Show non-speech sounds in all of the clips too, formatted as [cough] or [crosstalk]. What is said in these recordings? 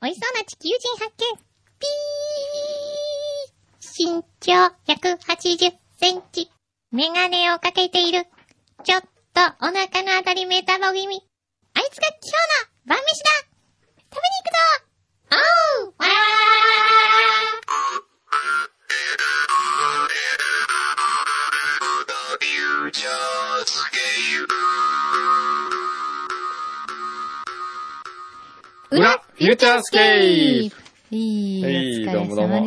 美味しそうな地球人発見ピー身長180センチ。メガネをかけている。ちょっとお腹のあたりメタボ気味。あいつが今日の晩飯だ食べに行くぞおうわー裏フューチャースケープいい、おはい疲れど様でした。うもどうもお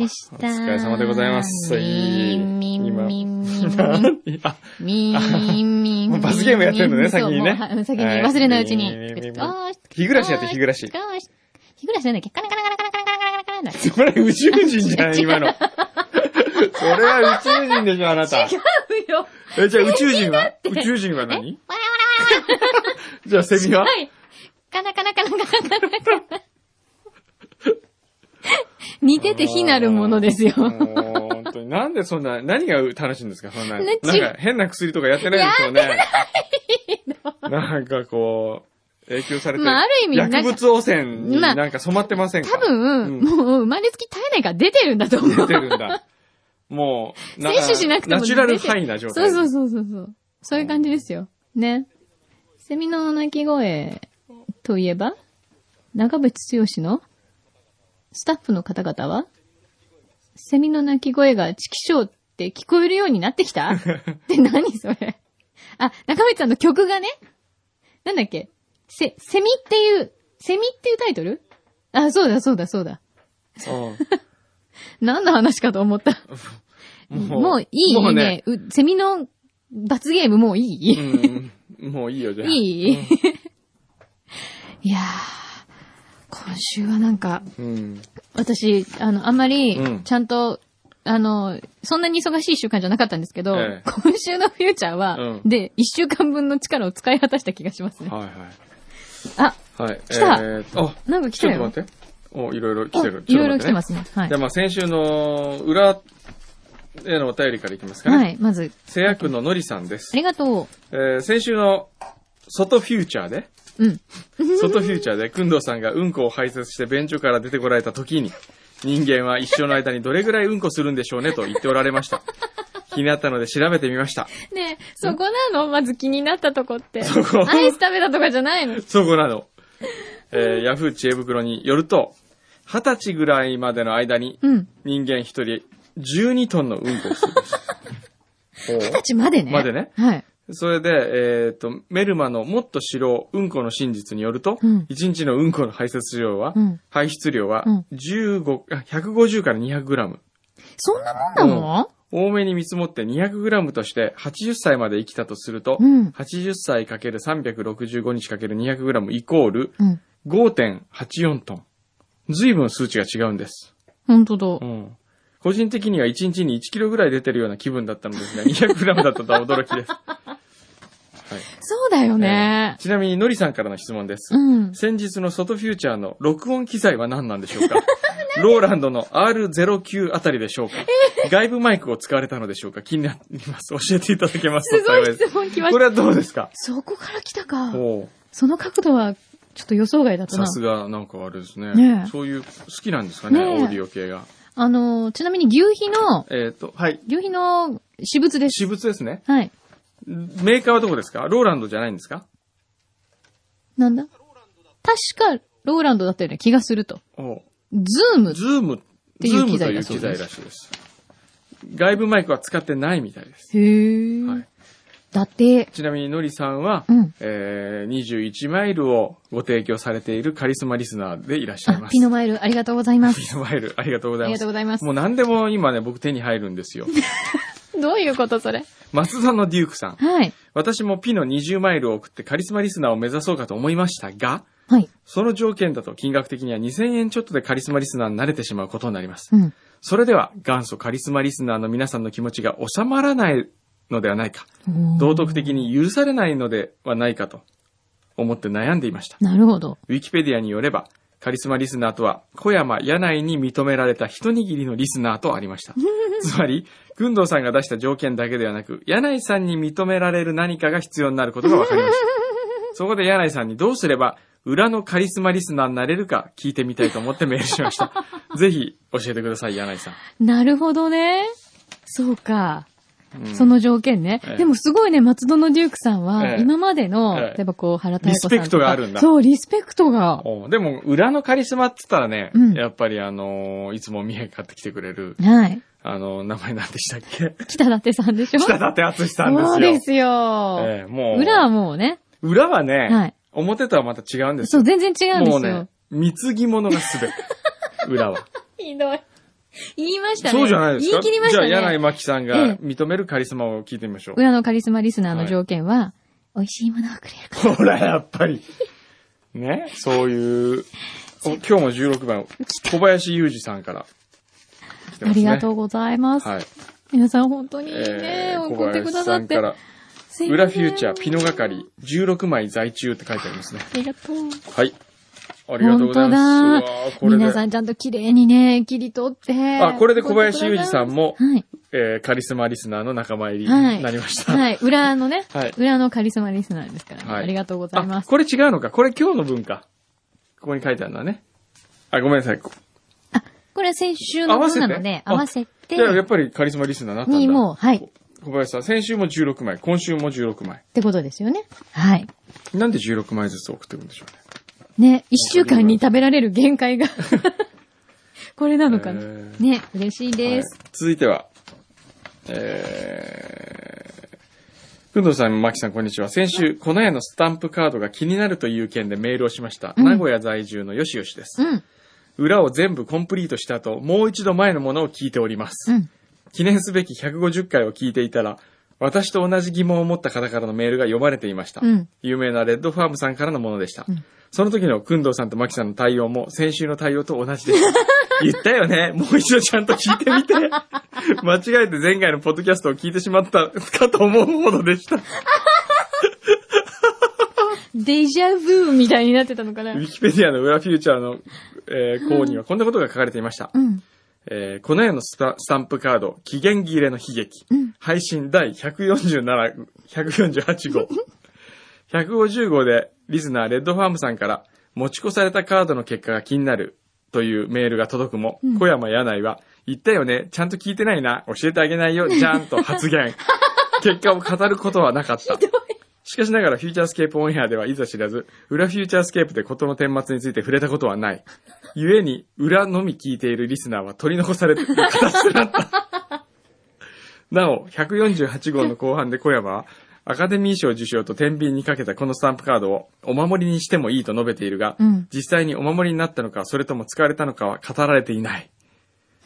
疲れ様でございますみんみんみんみんみんあ、みんみん。もう罰ゲームやってんのねそう先にねもうはい先にはい忘れないうちにみんみんみんみん。あー日暮らしやって日暮らし。よし日暮らしなんだっけカラカラカラカラカラカラカラカラカラそれ宇宙人じゃん、今 [laughs] の。それは宇宙人でしょ、あなた。違うよ。え、じゃあ宇宙人は宇宙人は何わらわらわじゃあセミははい。カラカラカラカラカラカラカラ。似てて非なるものですよ。もう本当に。なんでそんな、何が楽しいんですかそんな。なねんちか変な薬とかやってないんですよね。 [laughs] なんかこう、影響されて。まあある意味なんか薬物汚染になんか染まってませんか多分、うんもう生まれつき絶えないから出てるんだと思出うて。るんだ。もう、摂取しなくてもナチュラルハイな状態。そうそうそうそうそう。そういう感じですよ。ね。セミの鳴き声といえば、長渕剛のスタッフの方々は、セミの鳴き声がチキショーって聞こえるようになって [laughs] きたって何それ。あ、中渕さんの曲がね、なんだっけ、せ、セミっていう、セミっていうタイトルあ、そうだそうだそうだ。何の話かと思った。うんもういいもいうねいね。うセミの罰ゲームもういい、うんもういいよ、じゃあ。いい、 [laughs] いやー、今週はなんか、うん。私、あの、あんまりうん、ちゃんと、あの、そんなに忙しい週間じゃなかったんですけど、ええ今週のフューチャーは、うんで、一週間分の力を使い果たした気がしますね。はいあ、はい。はい。来たえーっと、あ、なんか来ちたょっと待よ。って。お、いろいろ来てる。。いろいろ来てますすね。はいじゃあ。まあ先週の裏へのお便りからいきますかね。はい、まず、製薬区ののりさんであす。りがとえー先週の外フューチャーで、う。うん。外フューチャーで、くんどうさんがうんこを排泄して便所から出てこられた時に、人間は一生の間にどれぐらいうんこするんでしょうねと言っておられま [laughs] した。気になったので調べてみました。ねえそこなのまず気になったとこって。そこアイス食べたとかじゃないのそこなの。えー、ヤフー知恵袋によると、二十歳ぐらいまでの間に、うん。人間一人12トンのうんこをするんです。ほう二十歳までね。までね。はい。それで、えっ、と、メルマのもっと知ろううんこの真実によると、うん一日のうんこの排泄量は、うん排出量はうん15、あ150から200グラム。そんなもんなの、多めに見積もって200グラムとして80歳まで生きたとすると、うん80歳 ×365 日 ×200 グラムイコールうん、 5.84トン。随分数値が違うんです。本当だ。うん。個人的には1日に1キロぐらい出てるような気分だったのです [laughs] が、200グラムだったとは驚きです。そうだよね。ちなみに、のりさんからの質問です。うん。先日の外フューチャーの録音機材は何なんでし [laughs] ょうかローランドの R09 あたりでしょうか外部マイクを使われたのでしょうか気になります。教えていただけますとすご幸いいです。質問来まこしれた。はどうですかそこから来たか。おうその角度は、ちょっと予想外だったさな。すが、なんかあれですね。ねえそういう、好きなんですかねねえオーディオ系が。あのー、ちなみに牛皮の、えっ、と、はい。牛皮の私物です。私物ですね。はい。メーカーはどこですかローランドじゃないんですかなんだ確か、ローランドだったような気がすると。おうズーム。ズーム、ズていームう機と材いうだそ機うです材らしいです。外部マイクは使ってないみたいです。へー。はいだって、ちなみにのりさんは、うんえー、21マイルをご提供されているカリスマリスナーでいらっしゃいあま、す。ピノマイルありがとうござい [laughs] ます。ピノマイル、ありがとうごあざいまりがとす。うございますも。う何でも今ね、僕手に入るんです [laughs] よ。どういうことそれ松田のデュークさん。はい。私もピノ20マイルを送ってカリスマリスナーを目指そうかと思いましたが、はい。その条件だと金額的には2000円ちょっとでカリスマリスナーになれてしまうことになります。うん。それでは元祖カリスマリスナーの皆さんの気持ちが収まらないのではないか、道徳的に許されないのではないかと思って悩んでいました。なるほど。ウィキペディアによれば、カリスマリスナーとは、小山柳井に認められた一握りのリスナーとありま [laughs] した。つまり、群藤さんが出した条件だけではなく、柳 [laughs] 井さんに認められる何かが必要になることが分かりました。そこで柳井さんにどうすれば、裏のカリスマリスナーになれるか聞いてみたいと思ってメールしま [laughs] した。ぜひ教えてください、柳井さん。なるほどね。そうか。うんその条件ねええ。でもすごいね、松戸のデュークさんはえ、え今までの、ええ例えばこう、原太子さんとか。リスペクトがあるんだそう、リスペクトが。おでも、裏のカリスマって言ったらね、うんやっぱりあのーいつも三重買ってきてくれる、はい。あのー名前なんでしたっけ北舘さんでしょ北舘淳さんですよ。そうですよ。ええもう、裏はもうね、裏はね、はい表とはまた違うんですそよう、全然違うんでもうすねよ。、貢ぎ物が [laughs] すべて。裏は。ひどい。言いましたね。そうじゃないですか。言い切りましたね。じゃあ、柳井真紀さんえがえ認めるカリスマを聞いてみましょう。裏のカリスマリスナーの条件は、美味しいものをくれるか。ほら、やっぱり。ね、そういう。お今日も16番、小林裕二さんから来てあますりね。がとうございます。はい。皆さん本当にえね、ー、小送って林くだささっんてか。ら、すいませ裏んフューチャーピノ係16枚在中って書いてありますね。ありがとう。はい。ありがとうございます。うわーこれ皆さで。んちゃんと綺麗にね、切り取って。あ、これで小林裕二さんも。も、はい。えー、カリスマリスナーの仲間入りはいになりました。はい。裏のね、 [laughs] はい裏のカリスマリスナーですからね、はいありがとうございあま、す。これ違うのか。これ今日の分か。ここに書いてあるのはね。あ、ごめんなさい。あ、これは先週のものなので、合合わわせせじて、ゃあやっぱりカリスマリスナーになったんだ。にもう、はい。小林さん、先週も16枚、今週も16枚。ってことですよね。はい。なんで16枚ずつ送ってるんでしょうね。ね、一週間に食べられる限 [laughs] 界が。これなのかなえ。ーね、嬉しいです。はい続いては、えー、くんどうさん、まきさん、こんにちは。先週、この絵のスタンプカードが気になるという件でメールをしました。うん名古屋在住のよしよしです。うん、裏を全部コンプリートした後、もう一度前のものを聞いております。うん。記念すべき150回を聞いていたら、私と同じ疑問を持った方からのメールが読まれていました。うん有名なレッドファームさんからのものでした。うんその時の工藤さんとマキさんの対応も先週の対応と同じで [laughs] した。言ったよね。もう一度ちゃんと聞いてみて。間違えて前回のポッドキャストを聞いてしまったかと思うほどでした。ウデジャブーみたいになってたのかな。ィキペディアの裏フューチャーの、えー項にはこんなことが書かれていました。うん。えーこの世のスタスタンプカード、期限切れの悲劇。うん配信第147、148号。150号で、リスナーレッドファームさんから、持ち越されたカードの結果が気になるというメールが届くも、ん小山柳井は、言ったよね、ちゃんと聞いてないな、教えてあげない [laughs] よ、じゃーんと発言。結果を語ることはなかった。しかしながらフューチャースケープオンエアではいざ知らず、裏フューチャースケープで事の顛末について触れたことはない。故に、裏のみ聞いているリスナーは取り残されている形となった。なお、148号の後半で小山は、アカデミー賞受賞と天秤にかけたこのスタンプカードをお守りにしてもいいと述べているが、うん実際にお守りになったのか、それとも使われたのかは語られていない。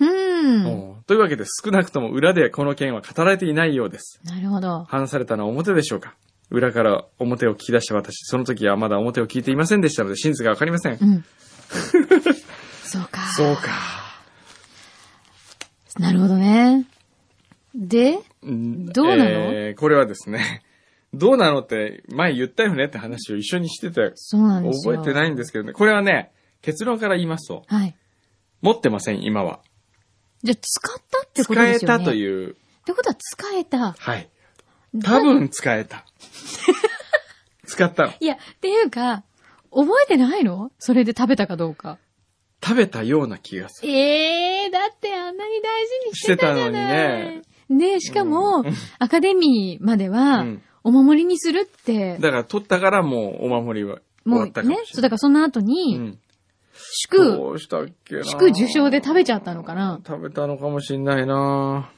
うん。おうというわけで少なくとも裏でこの件は語られていないようです。なるほど。話されたのは表でしょうか裏から表を聞き出した私、その時はまだ表を聞いていませんでしたので真実がわかりません。 [laughs] うん。そうか。そうか。なるほどね。で、んどうなのえーこれはですね、 [laughs] どうなのって前言ったよねって話を一緒にしてて、そうなんですよ。覚えてないんですけどね。これはね、結論から言いますと、はい。持ってません、今は。じゃあ、使ったってこと使でえすよね。たとう。いう。ってことは、使えた。はい。多分使え [laughs] た。使ったの。いや、っていうか、覚えてないのそれで食べたかどうか。食べたような気がする。ええだってあんなに大事にしてたじゃない。してたのにねねえしかも、アカデミーまではうん、お守りにするって、だから取ったからもうお守りは終もわうっねたかもしれない。、そう、だからその後うに、んど祝、うしたっけな祝受賞で食べちゃったのかな食べたのかもしんないな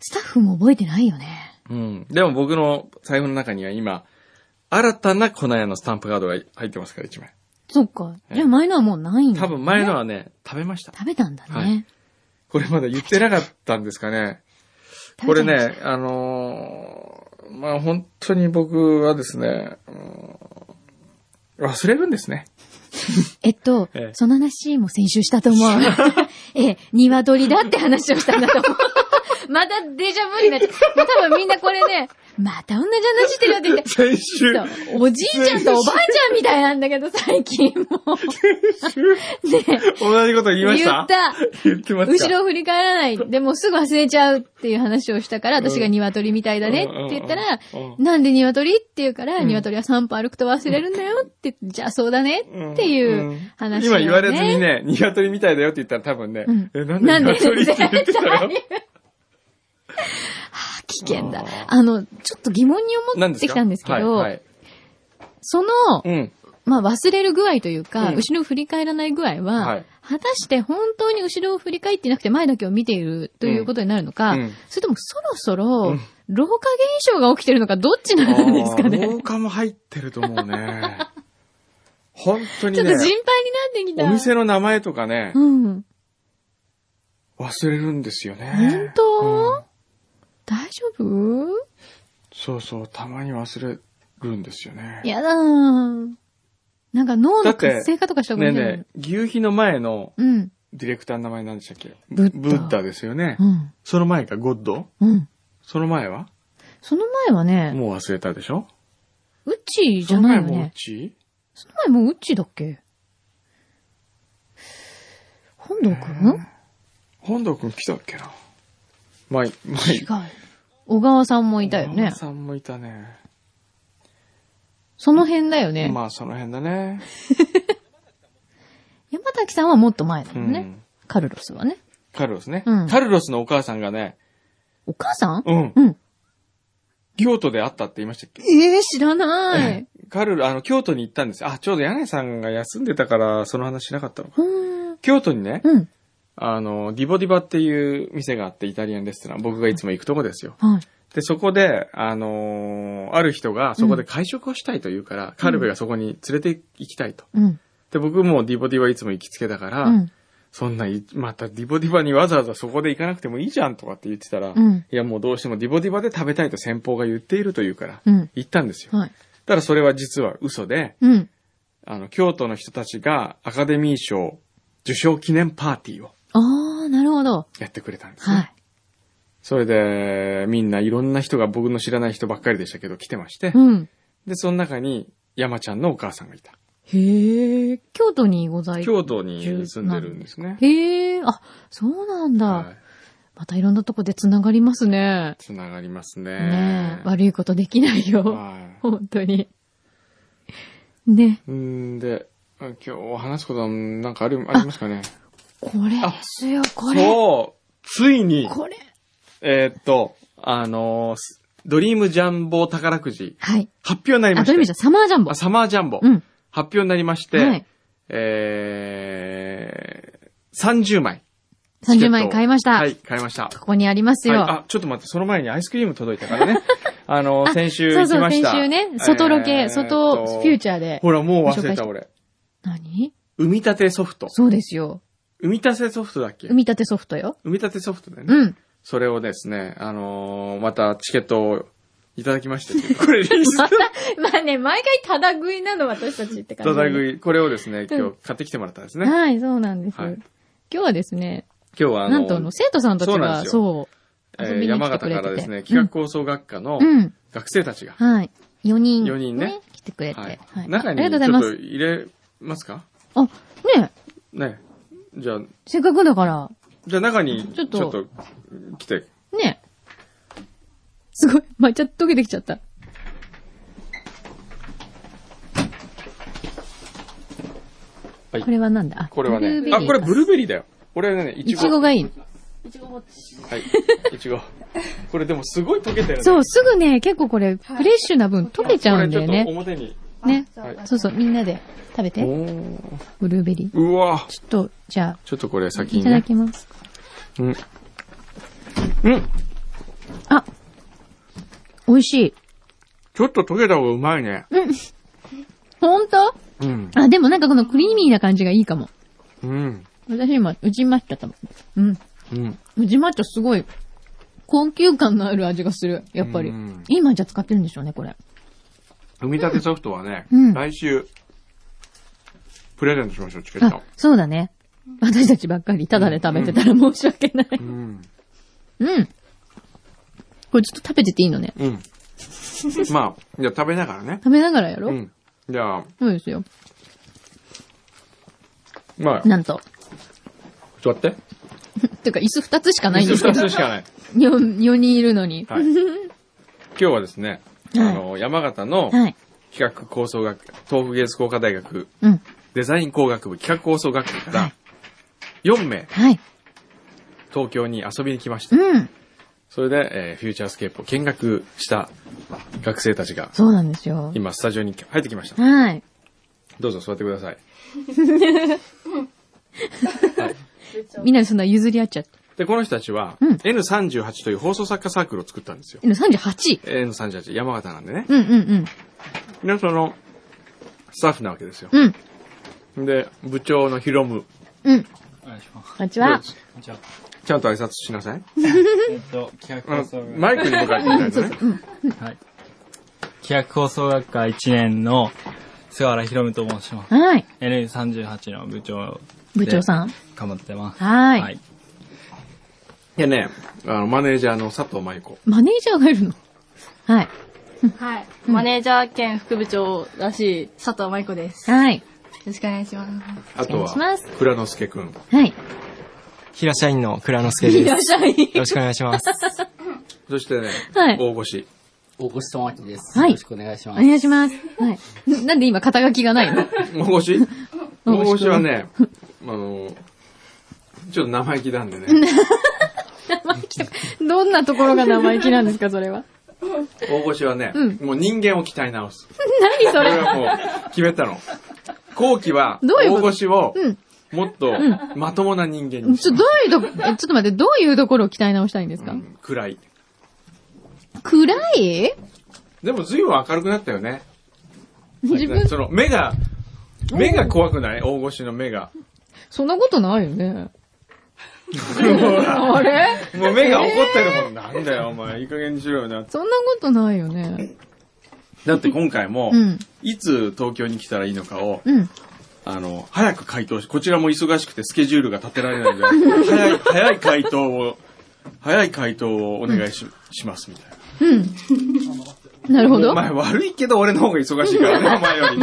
スタッフも覚えてないよね。うん。でも僕の財布の中には今、新たな粉屋のスタンプカードが入ってますから、一枚。そっか。ええじゃあ前のはもうないんだ、多分前のねはね、食べました。食べたんだね。はいこれまだ言ってなかったんですかね。こ食べれちゃいました。ね、あのーまあ、本当に僕はですね、うん忘れるんですね。えっと、ええその話も先週したと思う。 [laughs] ええ、 [laughs] 鶏だって話をしたんだと思う。またデジャブになっちゃう。もう多分みんなこれね、また同じ話してるよって言 [laughs] っ [laughs] て。先週、そうおじいちゃんとおばあちゃんみたいなんだけど、最近もう。ねえ同じこと言いまし言たった。言ってますか [laughs] 後ろを振り返らない。でもすぐ忘れちゃうっていう話をしたから、うん私が鶏みたいだねって言ったら、うんうんうんなんで鶏って言うから、うん鶏は3歩歩くと忘れるんだよって、じゃあそうだねっていう話、ね今言われずにね、鶏みたいだよって言ったら多分ね、うんえ、ななんんでで鶏って言ってたよ。危険だあー。あの、ちょっと疑問にな思ってきたんですけど、はいはいその、うん。まあ忘れる具合というか、うん後ろを振り返らない具合は、はい果たして本当に後ろを振り返ってなくて前だけを見ているということになるのか、うんうんそれともそろそろ、うん老化現象が起きてるのかどっちなんですかあーね。廊下も入ってると思う [laughs] ね。本当ちょにっね、と心配になってきた。お店の名前とかね、うん。忘れるんですよ本ね。当、うん大丈夫そうそう、たまに忘れるんですよね。やだー。なんか脳だのって活性化とかした方がねえいいんじゃないねえ、牛皮の前のうん。ディレクターの名前なんでしたっけブッダですよねう。ん。その前がゴッドうん。その前はその前はね、もう忘れたでしょうっちーじそゃのない前よもうね。ちその前もうっちーだっけ本堂くん本堂くん来たっけなまあ、まあ、違う。小川さんもいたよ小川ね。さんもいたね。その辺だよね。まあ、その辺だね。山崎さんはもっと前だもんね。うんカルロスはね。カルロスね、うんカルロスのお母さんがね、お母さんうん、うん。京都で会ったって言いましたっけええ知らない。カルロ、あの、京都に行ったんです。あ、ちょうど柳井さんが休んでたから、その話しなかったのか。うん。京都にね、うん。あの、ディボディバっていう店があって、イタリアンレストラン。僕がいつも行くとこですよ。はい。で、そこで、あのーある人がそこで会食をしたいというから、カルベがそこに連れて行きたいと。うん。で、僕もディボディはいつも行きつけだから、うん。そんない、またディボディバにわざわざそこで行かなくてもいいじゃんとかって言ってたら、うんいやもうどうしてもディボディバで食べたいと先方が言っているというから、うん。行ったんですよ。はい。ただそれは実は嘘で、うん。あの、京都の人たちがアカデミー賞受賞記念パーティーをああ、なるほど。やってくれたんですね。はい。それで、みんないろんな人が僕の知らない人ばっかりでしたけど来てまして、うん。で、その中に山ちゃんのお母さんがいた。へえ、京都にござい京都に住んでるんですね。へえ、あ、そうなんだ。はい。またいろんなとこで繋がりますね。つながりますね。ねえ、悪いことできないよ。は本当に。ね、い。んで、あ今日話すことはなんかある、ありますかねこれですよ、これ。そうついに、これ。えーっと、あのーすドリームジャンボ宝くじ、はい。発表になりあ、まどしういう意味じてゃ、サマージャンボあ、。サマージャンボ、うん。発表になりまして、はい。えー、30枚。 30枚買いましたは。い、買いました。ここにありますはい、よ。あ、ちょっと待って、その前にアイスクリーム届いたから [laughs] ね。あの、あ先週そう行そきう、ました。先週ね、外ロえケ、ー外とフューチャーで。ほら、もう忘ご紹介れ、した俺。何産み立てソフト。そうですよ。産み立てソフトだっけ産み立てソフトよ。産み立てソフトだよね。うん。それをですね、あのーまたチケットをいただきま [laughs] したけど。これ、リスまた、 [laughs] まあね、毎回ただ食いなの、私たちって感トじ。だい。食い。これをですね、う今ん日買ってきてもらったんですね。今はい、そうなんです。はい今日はですね、日はあなのんとあの、生徒さんたちそうなんが、ですよそう、え遊びーに山来て形くれてて。からですね、企画構想学科のうんうん。学生たちが、はい。4人。四人ね。来てくれて。はいはい。中にあちりょがっとうござとい入れますかます。あ、ねえね。じゃあ、せっかくだから、じゃあ中に、ちちょょっっとと、来て。ねえすごい、抹茶溶けてきちゃった。はいこれはなんだあこれはブルーベね。リーあ、これかブルーベリーだよ。俺はね、いちいご。ちごがいい。はい。いちご。これでもすごい溶けてるね。そう、すぐね、結構これ、フレッシュな分溶けちゃうんだよこね。れちょっと表に。ねはい。そうそう、みんなで食べて。おーブルーベリー。うわちょっと、じゃあ、ちょっとこれ先いにただね。きます。うん。うん。あ、美味しい。ちょっと溶けた方がうまいね。ほんとうん。あ、でもなんかこのクリーミーな感じがいいかも。うん。私今、宇治抹茶食べうん。うん。宇治抹茶すごい、高級感のある味がする。やっぱりうん。いい抹茶使ってるんでしょうね、これ。組み立てソフトはね、うん来週、プレゼントしましょう、チケッあト。、そうだね。私たちばっかりタダで食べてたら申し訳ない。うん。うん。これちょっと食べてていいのね。うん。まあ、じゃあ食べながらね。食べながらやろ、うん。じゃあ、そうですよ。まあ、ちょなんと。っと待って。ていうか、椅子二つしかないんですけ2どつ。しかない。 4, 4人いるのに。はい。今日はですね、あの、山形のはい。企画構想学、東北芸術工科大学うん。デザイン工学部企画構想学部から4名はい。東京に遊びに来ました。うん。それで、えーフューチャースケープを見学した学生たちがそうなんですよ。今スタジオに入ってきました。はい。どうぞ座ってくださ [laughs] い。みんなでそんな譲り合っちゃって。で、この人たちは、うん N38 という放送作家サークルを作ったんですよ。今 38! N38 山形なんでね。うんうんうん。で、その、スタッフなわけですよ。うん。で、部長のヒロム。うん。お願いします。こんにちどうはで。すこんにちは。ちゃんと挨拶しなさい。えっと、企あ画の放送学マイクに向かって [laughs] 言いたいとね。会。はい。企画放送学科1年の菅原博美と申します。はい。 N38 の部長。部長さん。頑張ってます。はいはい。でね、あの、マネージャーの佐藤真由子。マネージャーがいるのはい。はい。マネージャー兼副部長らしい佐藤舞子です。よはい。ろしくお願いします。あとはお願いします、倉之介くん。はい。平社員の倉之介です。よっしゃい。ろしくお願い [laughs] します。そしてね、はい大越。大越智明です。はいよろしくお願いしおます。願いします。はい。 [laughs] ななんで今肩書きがない [laughs] の大越大大越越くんはね、あの、ちょっと生意気 [laughs] なんでね。どんなところが生意気なんですか、それは。大越はね、うもう人間を鍛え直す。 [laughs] 何そこれれはもう決めたの。後期は、どういうこと大越をうん、もっとまともな人間にしちてょ、どういうとこ、えちょっと待って、どういうところを鍛え直したいんですか、うん暗い。暗いでも随分明るくなったよね。自分、その目が、目が怖くない大越の目 [laughs] が。そんなことないよね。あれもう目が怒ってるもん。なんだよ、お前。いい加減にしろよな。そんなことないよね。だって今回も、うん。いつ東京に来たらいいのかを、うん。あの、早く回答し、こちらも忙しくてスケジュールが立てられないので、 [laughs] 早い、早い回答を、早い回答をお願いし,、します、みたいな。なるほどお。前悪いけど俺の方が忙しいから [laughs] ね、お前より。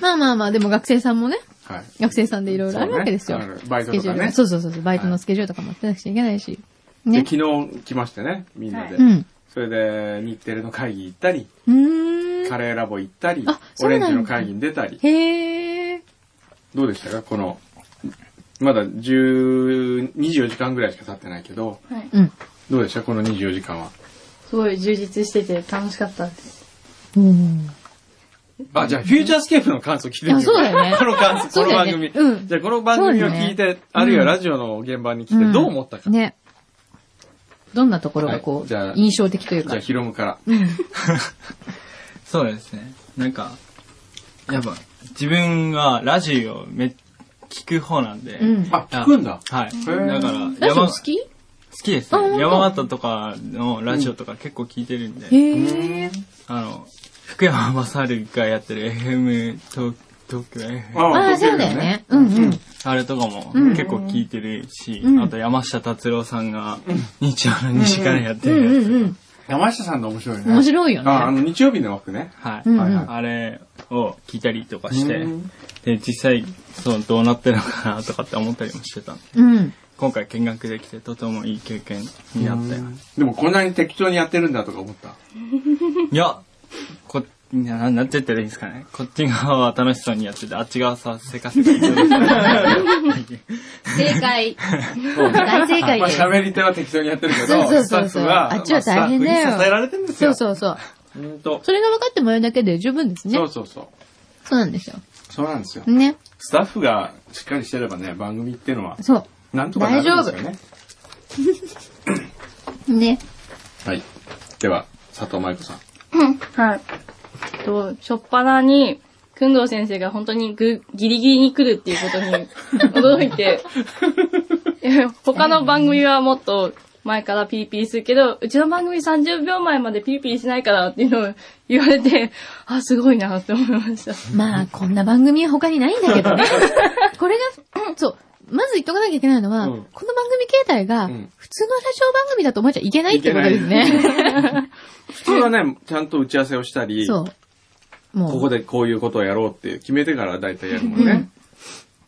まあまあまあ、でも学生さんもね、はい。学生さんでいろいろあるわけですよそうねあの。バイトとかねスケジュールそうそうそうそう、バイトのスケジュールとかもやってなくちゃいけないし。でね。昨日来ましてね、みんなで。うん。それで、日テレの会議行ったり、うーん。カレーラボ行ったりあ、そオうレなんだンジの会議に出たり。へえ。どうでしたかこの、まだ10 24時間ぐらいしか経ってないけど、はい。うん。どうでしたこの24時間は。すごい充実してて楽しかったです。うん。あ、じゃあ、フューチャースケープの感想聞いてみよあそうだよねこの感想、そこうのだよ番ね組。うんじゃあ、この番組を聞いて、あるいはラジオの現場に来て、どう思ったか。ね。どんなところがこはいうじゃあ、印象的というじゃかあ、。ヒロムから。そうですね。なんか、やっぱ、自分はラジオめ聞く方なんで。うん。あ、聞くんだ。はい。ーだから、ラジオ好好ききですあ本当ね。山形とかのラジオとか結構聞いてるんで。へえ。あの、福山雅治がやってる FM 東東京 FM あああ、そうだよ。ね。うんうん。あれとかもん結構聞いてるし、うんあと山下達郎さんが日曜の2時からやってうんるうやつ、んうん。山下さんの面白いね。面白いよあ、あね。の、日曜日の枠ね。はい、うんうんはいはいあれを聞いたりとかして、うんで、実際、そう、どうなってるのかなとかって思ったりもしてたんでうん。今回見学できてとてもいい経験になったよ。でも、こんなに適当にやってるんだとか思った。いや、こ、いやななんて言ったらいいんですかね。こっち側は楽しそうにやってて、あっち側はせかせ [laughs] か。正解。大正解まあ、です。喋り手は適当にやってるけど、そうそうそうそうスタッフが、あっちは大変だよまあスタッフに支えられてるんですそよ。うそうそう。う。んと。それが分かってもらうだけで十分ですね。そそううそうそう。なんですよ。そうなんですよ。ね。スタッフがしっかりしてればね、番組っていうのは、そなんとかなるんですよね。う。ね。はい。では、佐藤舞子さん。はい。えっと、しょっぱなに、くんどう先生が本当にぐギリギリに来るっていう [laughs] ことに驚いて、いや他の番組はもっと前からピリピリするけど、うちの番組30秒前までピリピリしないからっていうのを言われて、あ、すごいなって思いました。 [laughs] まあ、こんな番組は他にないんだけどね。これが、そう。まず言っとかなきゃいけないのは、うんこの番組形態が、うん普通のラジオ番組だと思っちゃいけないってことですいけね。普通はね、ちゃんと打ち合わせをしたり、そこう。もう、こでこういうことをやろうって決めてから大体やるもんうねん。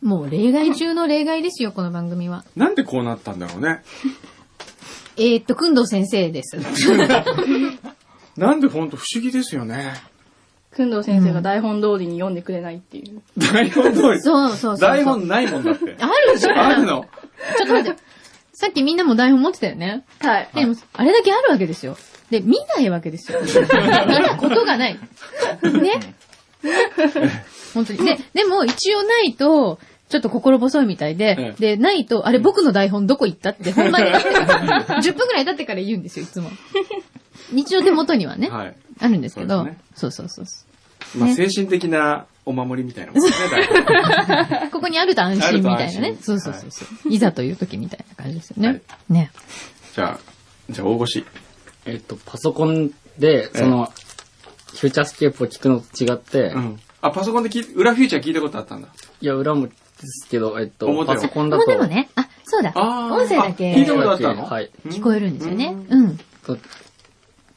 もう例外中の例外ですよ、この番組は。なんでこうなったんだろうね。えー、っと、くんどう先生です。 [laughs] なんでほんと不思議ですよね。くんどう先生が台本通りに読んでくれないっていう。台本通り。そうそうそうそう。台本ないもんだって。あるじゃん。あるの。ちょっと待って。さっきみんなも台本持ってたよね。はい。でも、あれだけあるわけですよ。で、見ないわけですよ。なんかことがない。ね。ね本当に。で、でも一応ないと、ちょっと心細いみたいでえ、えで、ないと、あれ僕の台本どこ行ったって、本番になってから、10分くらい経ってから言うんですよ、いつも。日常手元にはね、はい。あるんですけそうどですね、そうそうそうそまあね精神的なお守りみたいなもんね、台本。う。ここにあると安心みたいなあると安ね。心そうそうそうそう。いざという時みたいな感じですよはねい。ね。じゃあ、じゃあ大越し。えっと、パソコンで、その、フューチャースケープを聞くのと違って、うん。あ、パソコンで聞い裏フューチャー聞いたことあったんだ。いや、裏もですけど、えっと、表パよソコンだもうと。でもね、あ、そうだ。あー音声だあ聞いたけことあったのはい。聞こえるんですよね。うん。と、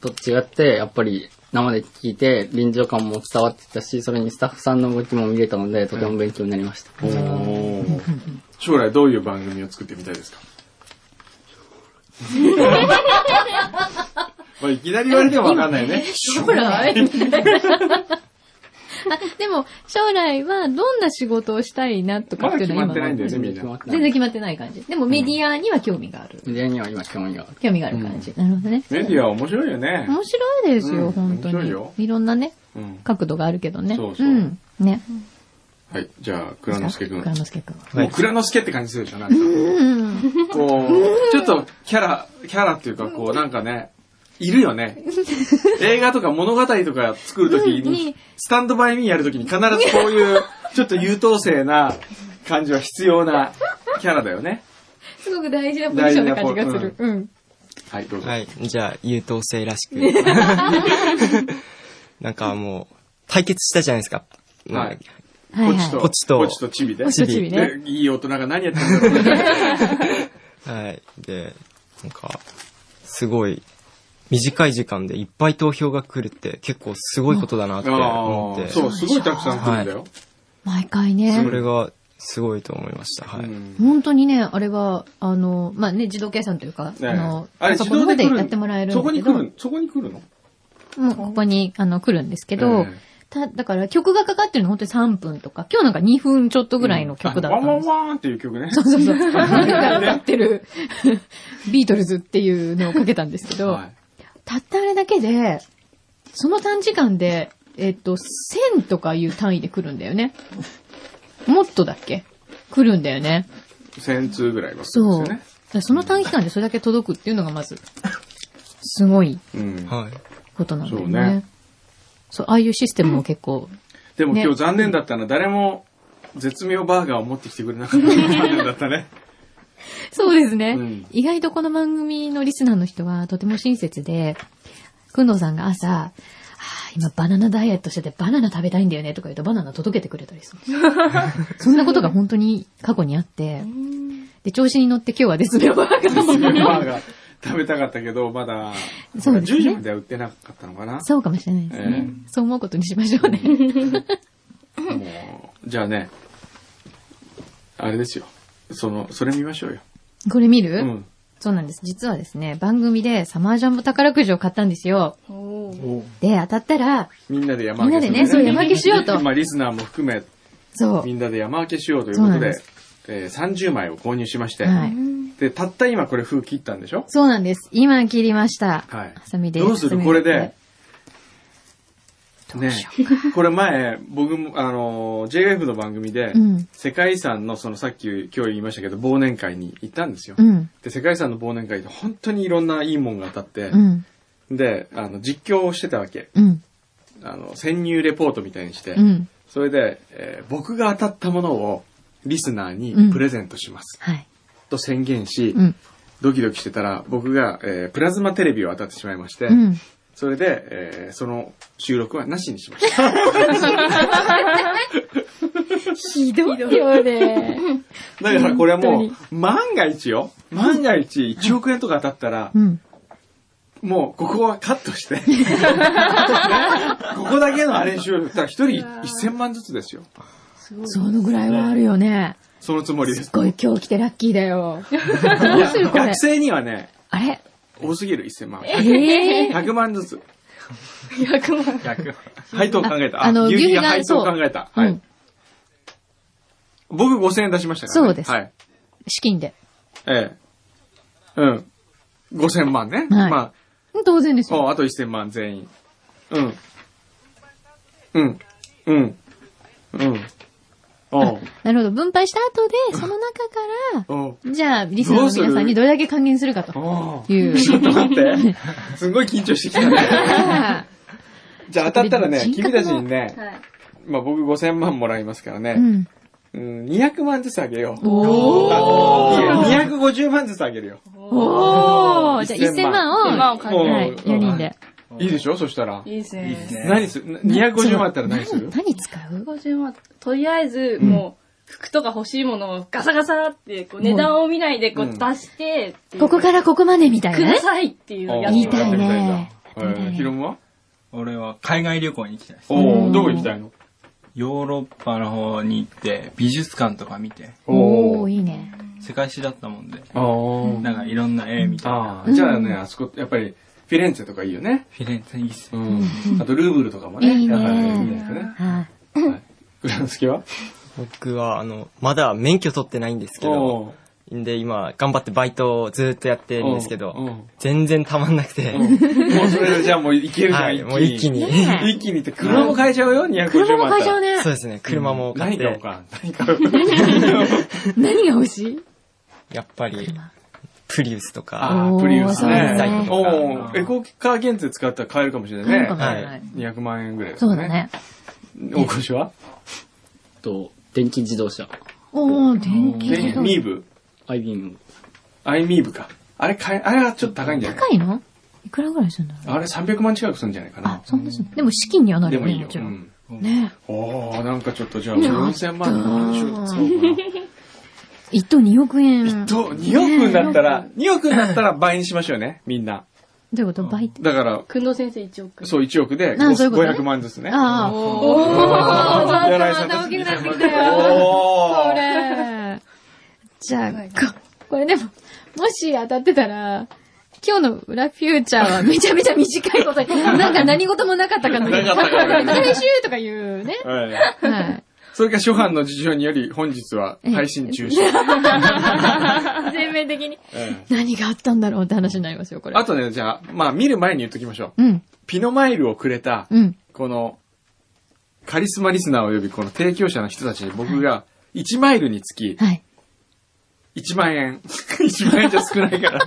と違って、やっぱり生で聞いて臨場感も伝わってきたし、それにスタッフさんの動きも見れたので、とても勉強になりました。おお。将来どういう番組を作ってみたいです [laughs] かまあいきなり言われてもわかんないね。将 [laughs] 来あ、でも、将来はどんな仕事をしたいなとかまっだていう決のはま今ってないんだよね、みん決まな。ってない全然決まってない感じ。でもメディアには興味がある。メディアには今興味がある。興味がある感じ。なるほどね。メディアは面白いよね。面白いですよ、うん本当面白いによ。いろんなね、うん。角度があるけどね。。そうそうんね。はい。じゃあ、倉之助くん。倉も之介くん。う倉之助って感じするでしょ、なんか。こ [laughs] う、ちょっとキャラ、キャラっていうか、こう、なんかね、いるよね。映画とか物語とか作るときうんうにん、スタンドバイミーやるときに必ずこういう、ちょっと優等生な感じは必要なキャラだよね。すごく大事なポジションな感じがする。うん。はい、どうぞ。はい。じゃあ、優等生ら [laughs] しく。なんかもう、対決したじゃないですか。はいはいはい。ポチとポチとチビで。ポチとチビねでいい大人が何やってんだろうね。はい。で、なんか、すごい、短い時間でいっぱい投票が来るって結構すごいことだなって思あっあ、て、そう、すごいたくさん来るんだよ。毎回そね。れがすごいと思いました。はい。うん本当にね、あれは、あの、まあね、自動計算というか、ねあの、あれパソコンの方自動で来でるやってもらえるんそだこけにど、来もうる、そこに来るのここに、あの、来るんですけど、ええた、だから曲がかかってるの本当に3分とか、今日なんか2分ちょっとぐらいの曲だったあんワンです。ワンワンっていう曲ね。そうそう [laughs] そう。なんか歌ってる、 [laughs] ビートルズっていうのをかけたんですけど、はいたったあれだけで、その短時間で、えっと、1000とかいう単位で来るんだよね。もっとだっけ来るんだよね。 1000通ぐらいはするんでそう。すだよねか。らその短期間でそれだけ届くっていうのがまず、すごいうんはい。ことなんだよそうねね。そう、ああいうシステムも結構、でもね今日残念だったのは誰も絶妙バーガーを持ってきてくれなかったのが残念だった [laughs] ね。 [laughs] そうですね、うん意外とこの番組のリスナーの人はとても親切で、くんどうさんが朝、あー今バナナダイエットしててバナナ食べたいんだよねとか言うとバナナ届けてくれたりす [laughs] るんですよそんなことが本当に過去にあって、で、調子に乗って今日はですね、 [laughs] バーガー絶妙バーガー食べたかったけど、まだ、そうですね10時までは売ってなかったのかな。そうかもしれないですね、そう思うことにしましょうね。もうじゃあね、あれですよ。その、それ見ましょうよ。これ見る、うん。そうなんです。実はですね、番組でサマージャンボ宝くじを買ったんですよ。おーで、当たったら、みんなで山みん分なけでするね、そう山分けしようと。まあリスナーも含め、そう。みんなで山分けしようということそうなんでで、えー30枚を購入しまして、はい。で、たった今これ封切ったんでしょそうなんです。今切りました。はいハサミで。どうするハサミこれで。ねえ [laughs] これ前、僕も、あの、JF の番組で、うん世界遺産の、そのさっき今日言いましたけど、忘年会に行ったんですよ。うん。で、世界遺産の忘年会で本当にいろんないいもんが当たってう、ん。で、あの、実況をしてたわけ。うん。あの、潜入レポートみたいにして、うん。それで、えー僕が当たったものをリスナーうにんプレゼントします、はい。と宣言し、うん。ドキドキしてたら、僕が、えープラズマテレビを当たってしまいまして、うん。それで、えーその収録はなしにしました。ひどいよね。 [laughs] だからこれはも本う、万が一よ。万が一、1億円とか当たったらう、ん。もうここはカット [laughs] して。ここだけのあれにしようよ。だから一人1000万ずつですよ。そのぐらいはあるよね。そのつもりですす。ごい今日来てラッキーだよ。どうするこれ学。生にはね、あれ多すぎる1000万。ええ100万ずつ。 100万。配当考えた。ああの牛皮牛皮がが配当考えた。はういん。僕5000円出しましたからね。そうですはい。資金で。ええ。うん。5000万ね。はいま当然であ、すよ。そう、あと1000万全員。うん。うん。うん。うん。おうなるほど。分配した後で、その中かおうら、じゃあ、リスナーの皆さんにどれだけ還元するかとおう [laughs] いう。ちょっと待 [laughs] って。すごい緊張してきたね。じゃあ当たったらね、人格君のたちにね、はい。まあ僕5000万もらいますからうね、ん。うん、200万ずつあげよう。おーいや250万ずつあげるよ。おーじゃ1000あ1000 1000万万をを、かうんけはい、4人で。いいでしょそしたら。いいですいいでねす。ね。何する ?250 万あったら何する何使う150万。とりあえず、もう、服とか欲しいものをガサガサって、こう、値段を見ないで、こう、うん出してっていう、ここからここまでみたいくなねだ。さいっていう [laughs] やあつ。言いたいねえーヒロムは俺は海外旅行に行きたいです。おおどこ行きたいのヨーロッパの方に行って、美術館とか見て、おーー、いいね。世界史だったもんで、おーなんかいろんな絵見たり、ああ、じゃあね、あそこ、やっぱり、フィレンツェとかいいよね。フィレンツェいいっす [laughs] うね。ん。あと、ルーブルとかもね。いいねだからいいんですよね。はい。裏の月は僕は、あの、まだ免許取ってないんですけど、おーで、今、頑張ってバイトをずーっとやってるんですけうんうどん、全然たまんなくてう、んもうそれでじゃあもういけるじゃはん、い、もう一気。に。ね一気にって、車も買えちゃうよ、250万。車も買えちゃうね。 [laughs] そうですね、車も買何っ買おうて、か。何買おうか。何が欲しいやっぱり、プリウスとか、ああ、おープリウス [laughs] そうですねね。おおエコカー減税使ったら買えるかもしれない何ねかも。しれな。はい200万円ぐらい。そうだ。ね。大越はと、電気自動車。おー、電気自で動ミーブ。アイビーム。アイミーブか。あれ買え、あれはちょっと高いんじゃない高いのいくらぐらいするんだろうあれ300万近くするんじゃないかあな、。そんなすんでも資金にはなるでよもいね、いよも。ちうろん。ん。ねおー、なんかちょっとじゃあ4000万の何でしょう。そう一等2億円。かな。と、2億になったら、2億になったら倍にしましょうね、みんな。どういうこと倍って。だから、くんどう先生1億。そう1億であそういうことね500万ですね。ああ。おーおー、また柳井まさんた大きくなってきたよ。おこーれ。じゃあ、ここれでも、もし当たってたら、今日の裏フューチャーはめちゃめちゃ短いこと [laughs] に、なんか何事もなかったかのようになかったかのように来週とか言うね。はいはい。それか初版の事情により本日は配信中 [laughs] 止。全面的に。ええ何があったんだろうって話になりますよ、これ。あとね、じゃあ、まあ見る前に言っときましょう。うん、ピノマイルをくれた、うん。この、カリスマリスナー及びこの提供者の人たちに僕が、1マイルにつき、はい。 1万円。1万円 [laughs] じゃ少ないから。で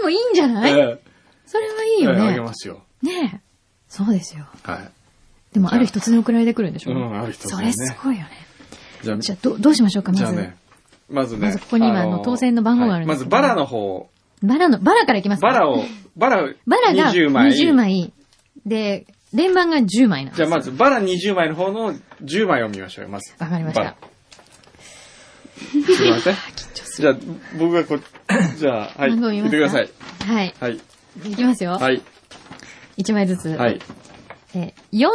もいいんじゃないえそれはいいえよあげね。ますよ。ねえ。そうですよ。はい。でもある一つの送られてくるんでしょうんある一つのそねれすごいよね。じゃあ、じゃあ、ど、どうしましょうか、まじゃあず。ね、まずね。まずここに今あの当選の番号があるんはでいますずけどバラの方、バラの、バラからいきますかバラを、バラ、バラが20枚。 20枚。で、連番が10枚なんですじゃよあまず、バラ20枚の方の10枚を見ましょうよ、まず。わかりましたバラちょっと待って。[laughs] じゃあ、僕がこ、じゃあ、はい。番号言言いってますくかださい。はい。はい。いきますよ。はい。 1枚ずつ。はい。えー、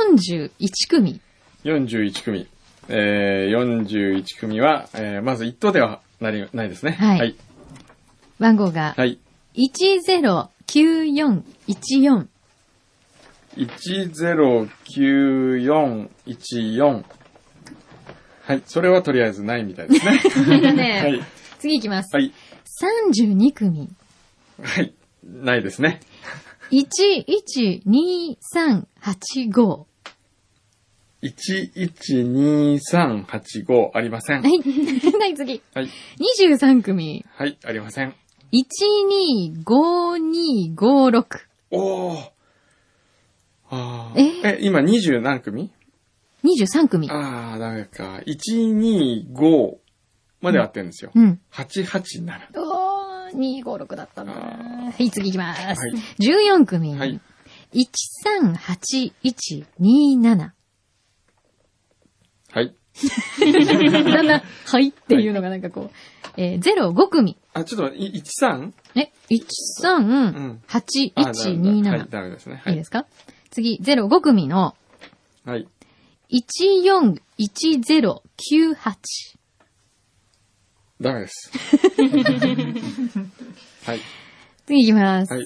41組。 41組。えー、41組は、えー、まず1等ではなり、ないですね。はいはい。番号がはい。 [laughs] 109414。 109414。はい。それはとりあえずないみたいですね。はいだはね。い。次いきますは。い。 32組。はい。ないですね。 112385。 112385ありません。はい。 [laughs] はい、次。はい。 23組。はい、ありません。 125256。おー。あえーえ、今20何組23組。あー、ダメか。125まで合ってるんですよ。うん。 887。おー、256だったんだな。あはい、次行きます。はい14組。はい。 [laughs] 138127。はい。だんだん、はいっていうのがなんかこう、えー、0、5組。あ、ちょっと待って、い 13? え、1、3、8、あ1、2、ダメだはい、 7。ダメですね。はいいい。ですか次、0、5組の、はい。 141098。ダメで [laughs] す。はい。次いきます。はい。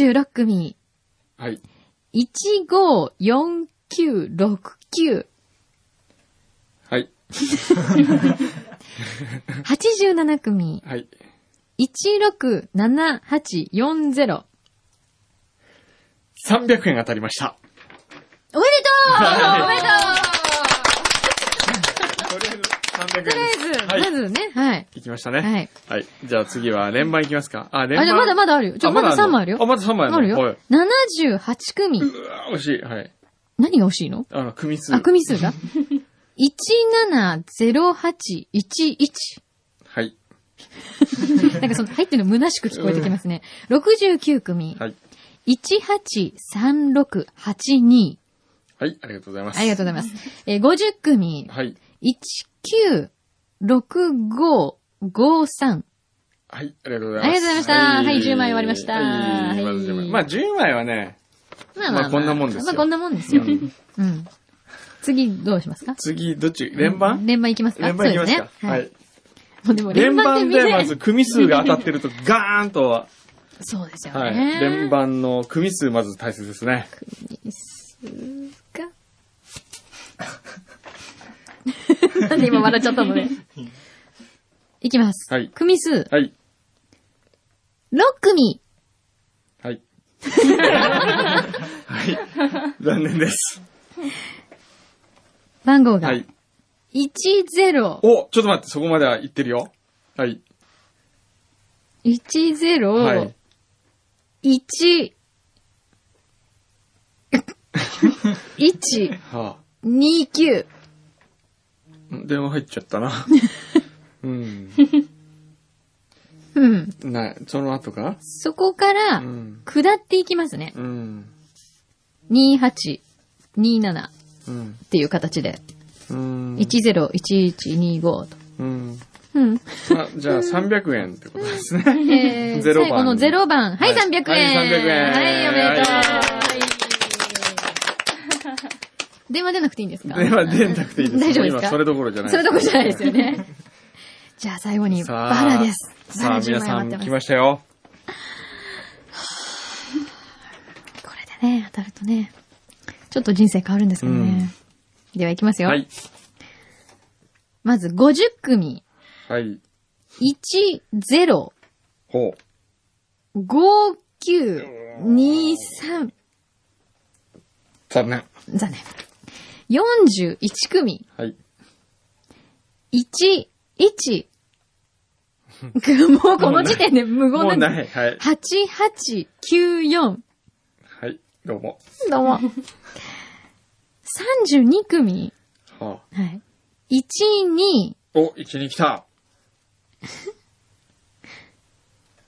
96組、はい。 154969。はい。 87組、はい。 167840。 300円当たりました。おめでとうおめでととりあえず、300円でうす。とりあはい。えず、まずね、はい。いきましたね。はい。はい。じゃあ次は連番いきますか。あ、連あ、番。じゃあまだまだあるよ。ちょ、まだ3枚あるよ。あ、まだ3枚ああるるのはよい。。 78組。うわー惜しい。はい。何が惜しいのあの、組数。あ、組数 [laughs] が ?170811。はい。なんかその入ってるの虚しく聞こえてきますね。69組。はい。 183682。はい。ありがとうございます。ありがとうございます。えー、50組。はい。 196553。はい。ありがとうございます。ありがとうございましたはい10枚終わりましたはい。はまいず10枚まあ10枚はね、ままあこんなもんですよまあこんなもんですよ。うん。次どうしますか次、どっち連番連番いきますか連番いきますそうかですね。はい。。もうでも連連番って番みんでなまず組数が当たって [laughs] るとガーンとは、そうですよね。はい。連番の組数まず大切ですね。か。なんで今笑っちゃった [laughs] のね。いきます。はい組数、はい。 6組。 [laughs] はい。はい。残念です。番号が、はい。 10、おちょっと待って、そこまでは言ってるよ。はい。 10、はい。 [laughs] 1、1、は2、9。あ、電話入っちゃったな。 [laughs] うん。うん。ない、その後かそこからう、ん。下っていきますね。うん。 28、27っうん。ていう形で。うん。 10、11、25と。うん。うん。あ、じゃあ300円ってことですね。えーゼロ番最後の0番。はい、はい300円。はい300円はい、おめでとう。ははい [laughs] 電話出なくていいんですか電話出なくていいです。大丈夫ですか今、それどころじゃない。それどころじゃないですよね。 [laughs] じゃあ最後に、さあバラです。バさラあ、 10皆枚さ余んって来まましたよ。す。これでね、当たるとね、ちょっと人生変わるんですけどね。では行きますよ。はい。まず50組、はい。 10、ほう。 5923。残念。残念。41組、はい。一、一。もうこの時点で無もう言なんなでい。はい。八八九四。はい。どうも。どうも。三十二組。はあ。はい。一二、お、1に来た。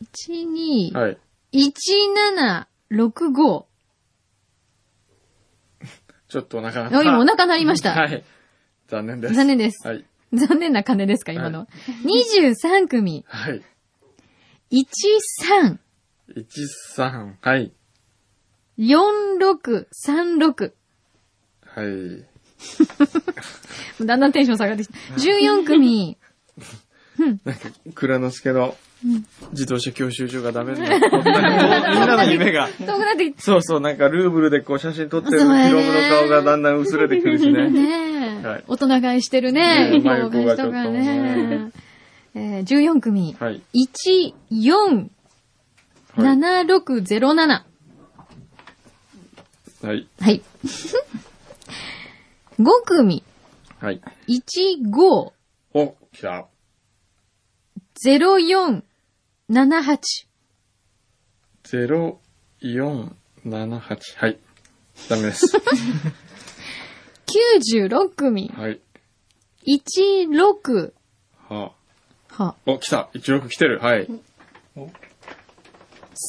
一二、はい。一七六五。ちょっとなかなか。あ今お腹鳴りました。はい。残念です。残念です。はい。残念な金ですか、今の。二十三組。はい。一三、一三はい。四六、三六。はい。だんだんテンション下がってきた。十四組。蔵之介の自動車教習所がダメだ。本当にもうみんなの夢が。遠くなってきそうそう、なんかルーブルでこう写真撮ってるそうフだねィロムの顔がだんだん薄れてくるしね。ねえ、はい大人買いしてるね。ねえ今の会社とかね。えー、14組。はい。はい。 147607。はい。はい。5組。はい。 150478。お、来た。ゼロ、四、七、八。はい。ダメ [laughs] です。 96組。はい。 16。はは。あ、お、来た。一六来てる。はい。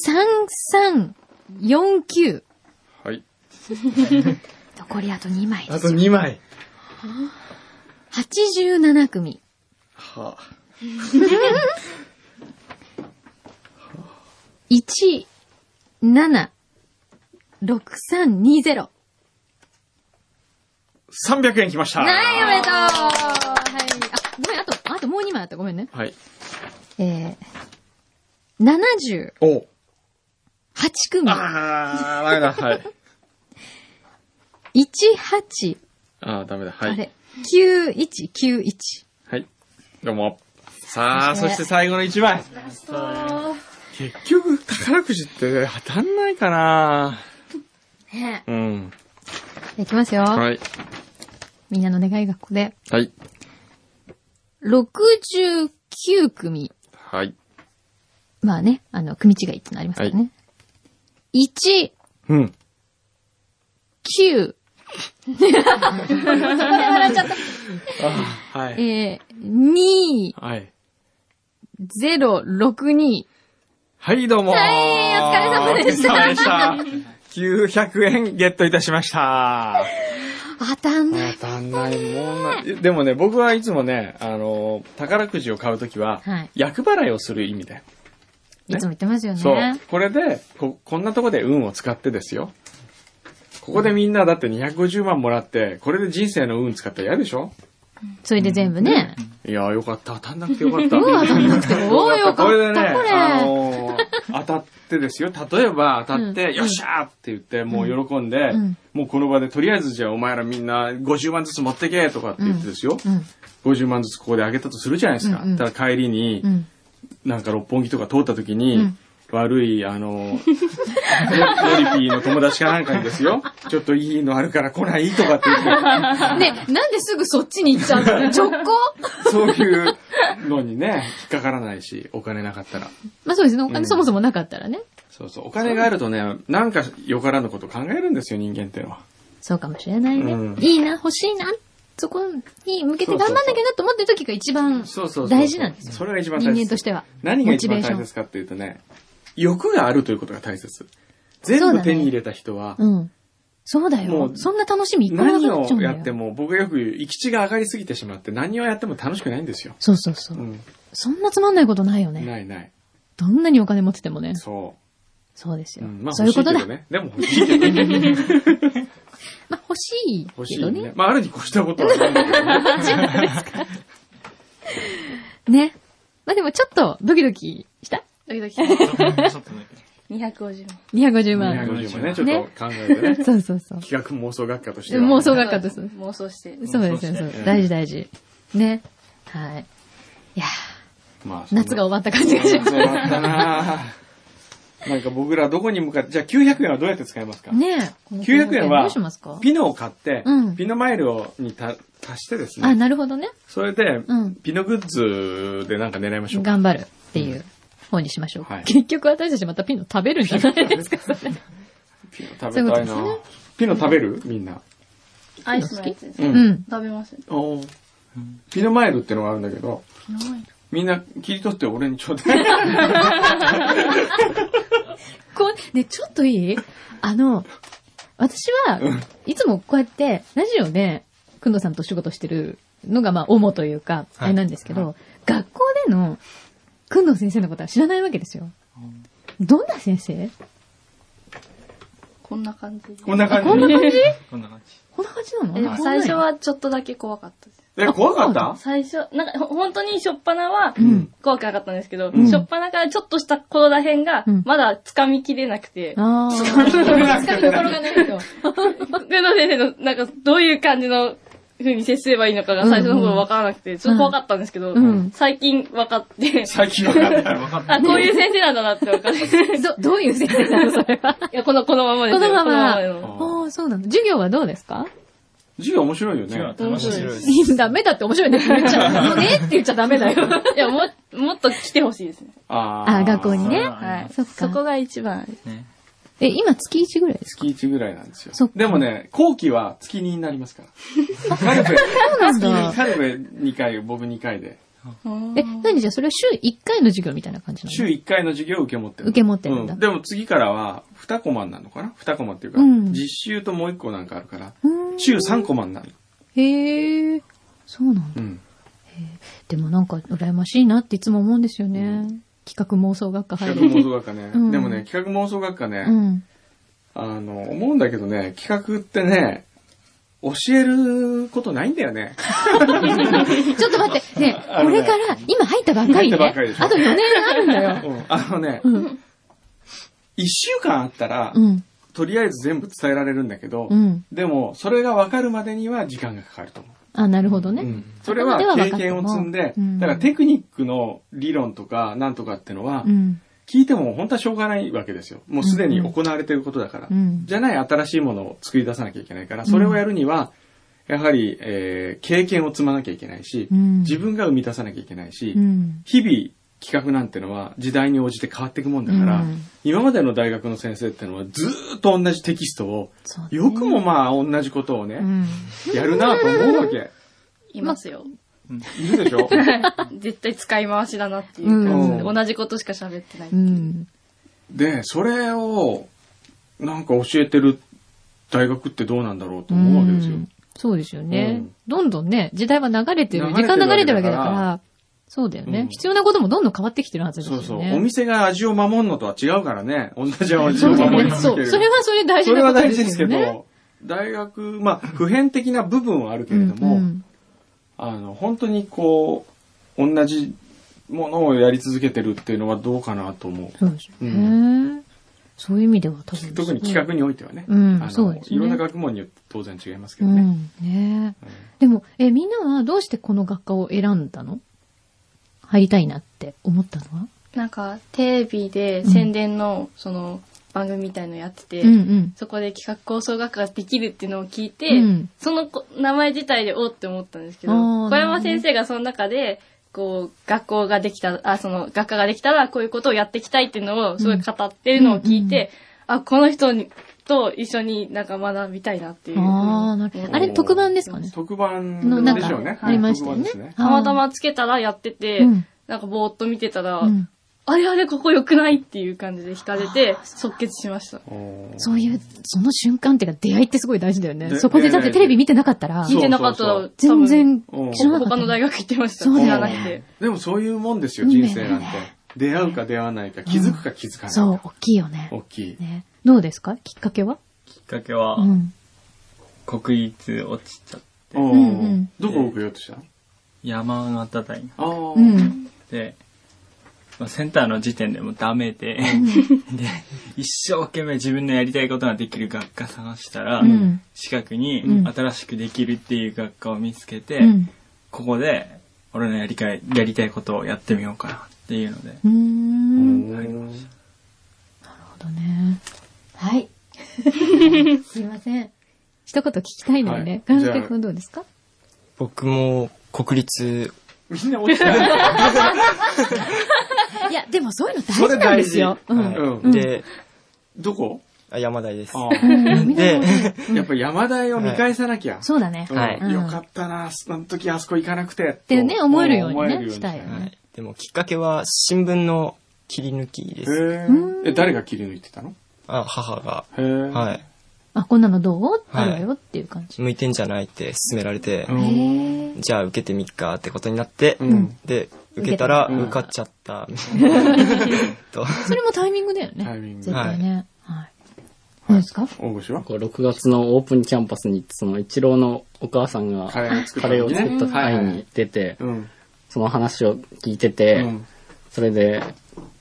3349。はい。残りあと2枚であすとよ。 2枚。 87組。はあ。 1、7、6320。 300円きました。はい、おめでとうはい。あ、ごめん、あと、あともう2枚あった。ごめんね。はい。えー、お78組。あー、ダメだ。はい。 18、あー、ダメだ。はあい。れ、9191。はい。どうも。さあ、そして最後の一枚。結局、宝くじって当たんないかなねうん。え。いきますよ。はい。みんなの願いがここで。はい。 69組。はい。まあね、あの、組違いってのありますからね。1、うん。 9、はい。えー、はい。 2062。はい、どうも。はい、お疲れ様でした。お疲れ様でした。900円ゲットいたしました。当たんない。当たんないもんな。でもね、僕はいつもね、あの、宝くじを買うときははい、厄払いをする意味で。いつも言ってますよね。そう。これでこ、こんなとこで運を使ってですよ。ここでみんなだって250万もらって、これで人生の運使ったら嫌でしょそれで全部ね。いやーよかった。当たんなくてよかった。 [laughs] 当たんな [laughs] くておーよかったこれでね、これあのー当たってですよ。例えば当たって、よっしゃーって言って、もう喜んで、んもうこの場で、とりあえずじゃあお前らみんな50万ずつ持ってけとかって言ってですよ。うん。 50万ずつここであげたとするじゃないですか。うんうんただ帰りに、うん。なんか六本木とか通った時に、うん悪い、あ [laughs] の、モリピーの友達かなんかにですよ、ちょっといいのあるから来ないとかって言っねえ、なんですぐそっちに行っちゃうの [laughs] 直行て、そういうのにね、引っかからないし、お金なかったら。まあそうですね。おう金んそもそもなかったらね。そうそう。お金があるとね、なんかよからぬこと考えるんですよ、人間ってのは。そうかもしれないね。うんいいな、欲しいな、そこに向けて頑張んなきゃなと思ってる時が一番そうそうそう大事なんですよ。それが一番大人切。間としては。何がモチ一ベ番ーシ大ョン。切かっていうとね、欲があるということが大切。全そうだ部ね手に入れた人は、うん。そうだもよ。うそんな楽しみいっぱいなく何なっちゃうをんだやよ。っても、僕がよく言う、行き地が上がりすぎてしまって、何をやっても楽しくないんですよ。そうそうそうう。ん。そんなつまんないことないよね。ないない。どんなにお金持っててもね。そそうですう。うよ。ん、まあそうい欲しういけことだ。どね。でも欲しい [laughs] けどね。まあ欲しい欲しいけどよねね。。まああるに越したことはないんだけど [laughs] ね。ね。まあでもちょっとドキドキしたド [laughs] キドキした。ちょっとちょっとね。 250万。 ?250 250万。もね、ちょっと考えてね。そうそうそう。企画妄想学科としては。妄想学科です。妄想して。そうですよ、そうです。大事大事。ね。はい。いやまあー、夏が終わった感じがしまそうだったな [laughs] なんか僕らどこに向かって、じゃあ900円はどうやって使いますかす。ねえ。 900円どはうしますか、ピノを買ってうん、ピノマイルをにた足してですあ、ね、なるほどね。それでうん、ピノグッズでなんか狙いましょう。頑張るっていう方にしましょう。はい結局私たちまたピノ食べるんじゃないですか、それ。ピノそうい食べうこたといですなねピノ食べるみんな。アイスのやつです。う。うんん。食べます。おーピノマイルってのがあるんだけど、みんな切り取って俺にちょうだい。 [laughs] こう、ね、ちょっといいあの、私はうん、いつもこうやって、ラジオで、くんどさんとお仕事してるのが、まあ、主というか、あれなんですけど、学校での、くんど先生のことは知らないわけですよ。どんな先生こんな感じ。こんな感じ。こんな感じこんな感じ。こんな感じなのでも最初、はちょっとだけ怖かったです。え、怖か [laughs] った最初、なんかほ本当に初っ端はん怖くなかったんですけど、ん初っ端からちょっとした頃らへんがうん、まだ掴みきれなくて、そんなにあーな掴みどころがないと。 [laughs] 上野先生のなんかどういう感じの風に接すればいいのかが最初の頃分からなくて、ちょっと怖かったんですけど、うん最近分かって、最近わかったよ。 [laughs] あ、こういう先生なんだなって分かって、い [laughs] ど、ど [laughs] ういう先生なのそれは。や、 [laughs] この、このままですよ。このままのああ、そうなの。授業はどうですか授業面白いよ違うね。楽しいです。ダメだって面白いね。言っち [laughs] ゃう。ねって言っちゃダメだよ。いや、も、もっと来てほしいですね。ああー学校にね。はい。そっかこが一番。ね。え、今月1ぐらいですか月1ぐらいなんですよそっ。かでもね、後期は月2になりますから。カルベ、なん月だに、カルベ2回、僕2回で。え、何じゃあそれは週1回の授業みたいな感じなの週1回の授業を受け持ってる。受け持ってるんだうでも次からは2コマになるのかな ?2 コマっていうか、うん実習ともう1個なんかあるからうーん、週3コマになる。へえ。そうなんだ。うん。でもなんか羨ましいなっていつも思うんですよね。企画妄想学科入企画妄る。想学科ね。うんでもね、企画妄想学科ね、うん。あの、思うんだけどね、企画ってね、教えることないんだよ [laughs] ね。ちょっと待って、ね、 [laughs] あこのねれから、今入ったばっかり入ったね。ばっかりでしょあと4年あるん [laughs] だよ。うんあのね、うん。一週間あったら、うん。とりあえず全部伝えられるんだけど、うん。でも、それが分かるまでには時間がかかると思う。あ、なるほどね。うんそれは頭では経分かって験もを積んで、うんだからテクニックの理論とかなんとかってのはう、ん。聞いても本当はしょうがないわけですよ。もうすでに行われてることだからう。ん。じゃない新しいものを作り出さなきゃいけないから、それをやるには、やはり、えー経験を積まなきゃいけないしう、ん自分が生み出さなきゃいけないしう、ん。日々企画なんてのは時代に応じて変わっていくもんだから、うん今までの大学の先生ってのはずーっと同じテキストを、そうだねよくもまあ同じことをね、うん。やるなと思うわけ。いますよ。いるでしょ [laughs] 絶対使い回しだなっていう感じで、うん同じことしか喋ってないってう。いうんで、それを、なんか教えてる大学ってどうなんだろうと思うわけですよ。うんそうですよね、うんどんどんね、時代は流れてる。流れて時る間流れてるわけだから、そうだよね、うん必要なこともどんどん変わってきてるはずですよそね。うそう。お店が味を守るのとは違うからね。同じ味を守りそ続けう。る。それはそれで大事それなこはと大で事すですけよね。ど、大学、まあ、普遍的な部分はあるけうれんども、うんあの、本当にこう、同じものをやり続けてるっていうのはどうかなと思う。そうですよね、そういう意味では多分。特に企画においてはね。うんあのそうですねいろんな学問によって当然違いますけうどね。ん。ねでも、え、みんなはどうしてこの学科を選んだの入りたいなって思ったのはなんか、テレビで宣伝の、その、番組みたいのやってて、うんうん。そこで企画構想学科ができるっていうのを聞いて、うんその子名前自体でおーって思ったんですけど、あー小山先生がその中で、こう、学校ができた、あ、その、学科ができたら、こういうことをやっていきたいっていうのを、すごい語ってるのを聞いて、あ、この人に、と一緒になんか学びたいなっていう。ああ、なるうんあれ、特番ですかね特番のなんでしょうねか。、ありましたよ特番でねすね。。あーたまたまつけたらやってて、うんなんかぼーっと見てたら、うんあれあれここ良くないっていう感じで惹かれて、即決しました。おーそういう、その瞬間っていうか出会いってすごい大事だよね。でそこでだってテレビ見てなかったら、そう見てなかったそうそらう、全然多分知らなかった。他の大学行ってました。そうだよ知ねらなくて。でもそういうもんですよ、運命人だよね生なんて。出会うか出会わないか、気づくか気づかないか。そう、大きいよね。大きい。ね。どうですかきっかけはきっかけはう、ん。国立落ちちゃっおーうんうんどこを受けようとしたの山形大学あーうん。で、まあセンターの時点でもうダメで、で、一生懸命自分のやりたいことができる学科探したら、うん近くにうん新しくできるっていう学科を見つけて、うん。ここで俺のやりかいやりたいことをやってみようかなっていうので、うーん。なるおーほどね。 [laughs] はい。すいません。一言聞きたいのよね。はガいンスケ君どうですか僕も国立、みんな落ちた。いや、でもそういうの大事なんですよ。うそれ大事ん。はうい、んで、どこあ山大です。あで、ーやっぱ山大を見返さなきゃ。そうだね。はいうんよかったな、あの時あそこ行かなくて。ってね思えるようにねしたいよねはい、でもきっかけは新聞の切り抜きでへす。ーえ、誰が切り抜いてたのあ母が、へーはい、あ、こんなのどうあはいるわよっていう感じ。向いてんじゃないって勧められて、へーじゃあ受けてみっかってことになって、うんで、受けたら受けた受かっちゃった。みたいな [laughs] とそれもタイミングだよね。タイミング絶対ね。はい。どうですか大御所はこう6月のオープンキャンパスに、その、一郎のお母さんが、カレーを作ったカレーを作った時ねはい会はいに出て、うん。その話を聞いてて、うんそれで、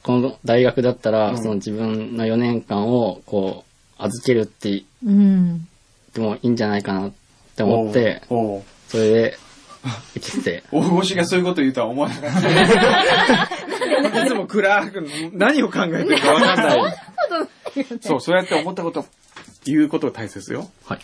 この大学だったら、んその自分の4年間を、こう、預けるって言っうん。てもいいんじゃないかなって思って、おーおーそれで、受けて、大御所がそういうこと言うとは思わなかった。いつも暗く、何を考えてるかわかんない。そう、そうやって思ったこと、言うことが大切よ。はい。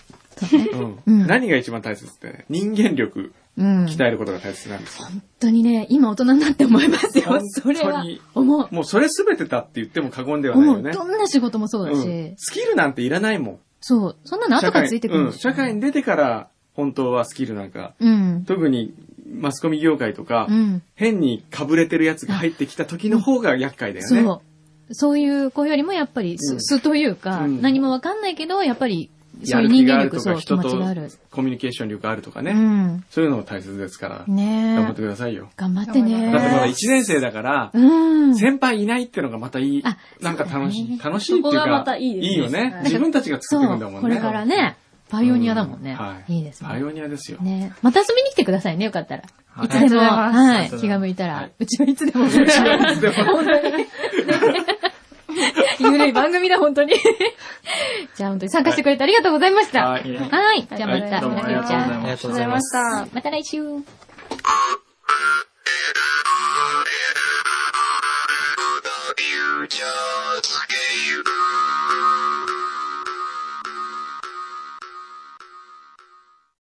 うんうん何が一番大切ってね、人間力うん。鍛えることが大切なんですよ。本当にね、今大人になって思いますよ本当。にそれは。思う。もうそれ全てだって言っても過言ではない思よう。ね。どんな仕事もそうだうんし。スキルなんていらないもん。そう。そんなの後からついてくるうんんでしょ社会に出てから本当はスキルなんか、うん。特にマスコミ業界とか、うん。変にかぶれてるやつが入ってきた時の方が厄介だよね。そう。そういう子よりもやっぱり、うんす素というか、うん何もわかんないけど、やっぱり、そういう人間力、そう、気人持ちとがある。コミュニケーション力があるとかうね。ん。そういうのも大切ですから、頑張っねてくださいよ。え。頑張ってね。だってまだ1年生だから、うん。先輩いないってのがまたいいあ。なんか楽しそうだい。ね楽しいっていうそこがまかた、いいですねよねは。い自分たちが作っていくんだそもうんね。これからね、パイオニアだもんね。はいいいですパねイ。オニアです [laughs] よ。ねまた遊びに来てくださいね、よかったら。はいいつでも、あはりがいとうございます、気が向いたら。はいうちはいつでも。ゆるい番組だ、本当に。じゃあ本当に参加してくれてありがとうございました。ははいい。いえじゃあまた、どうもありがちとうごゃざいん。まりすが。とうございます。また来週。 future escape.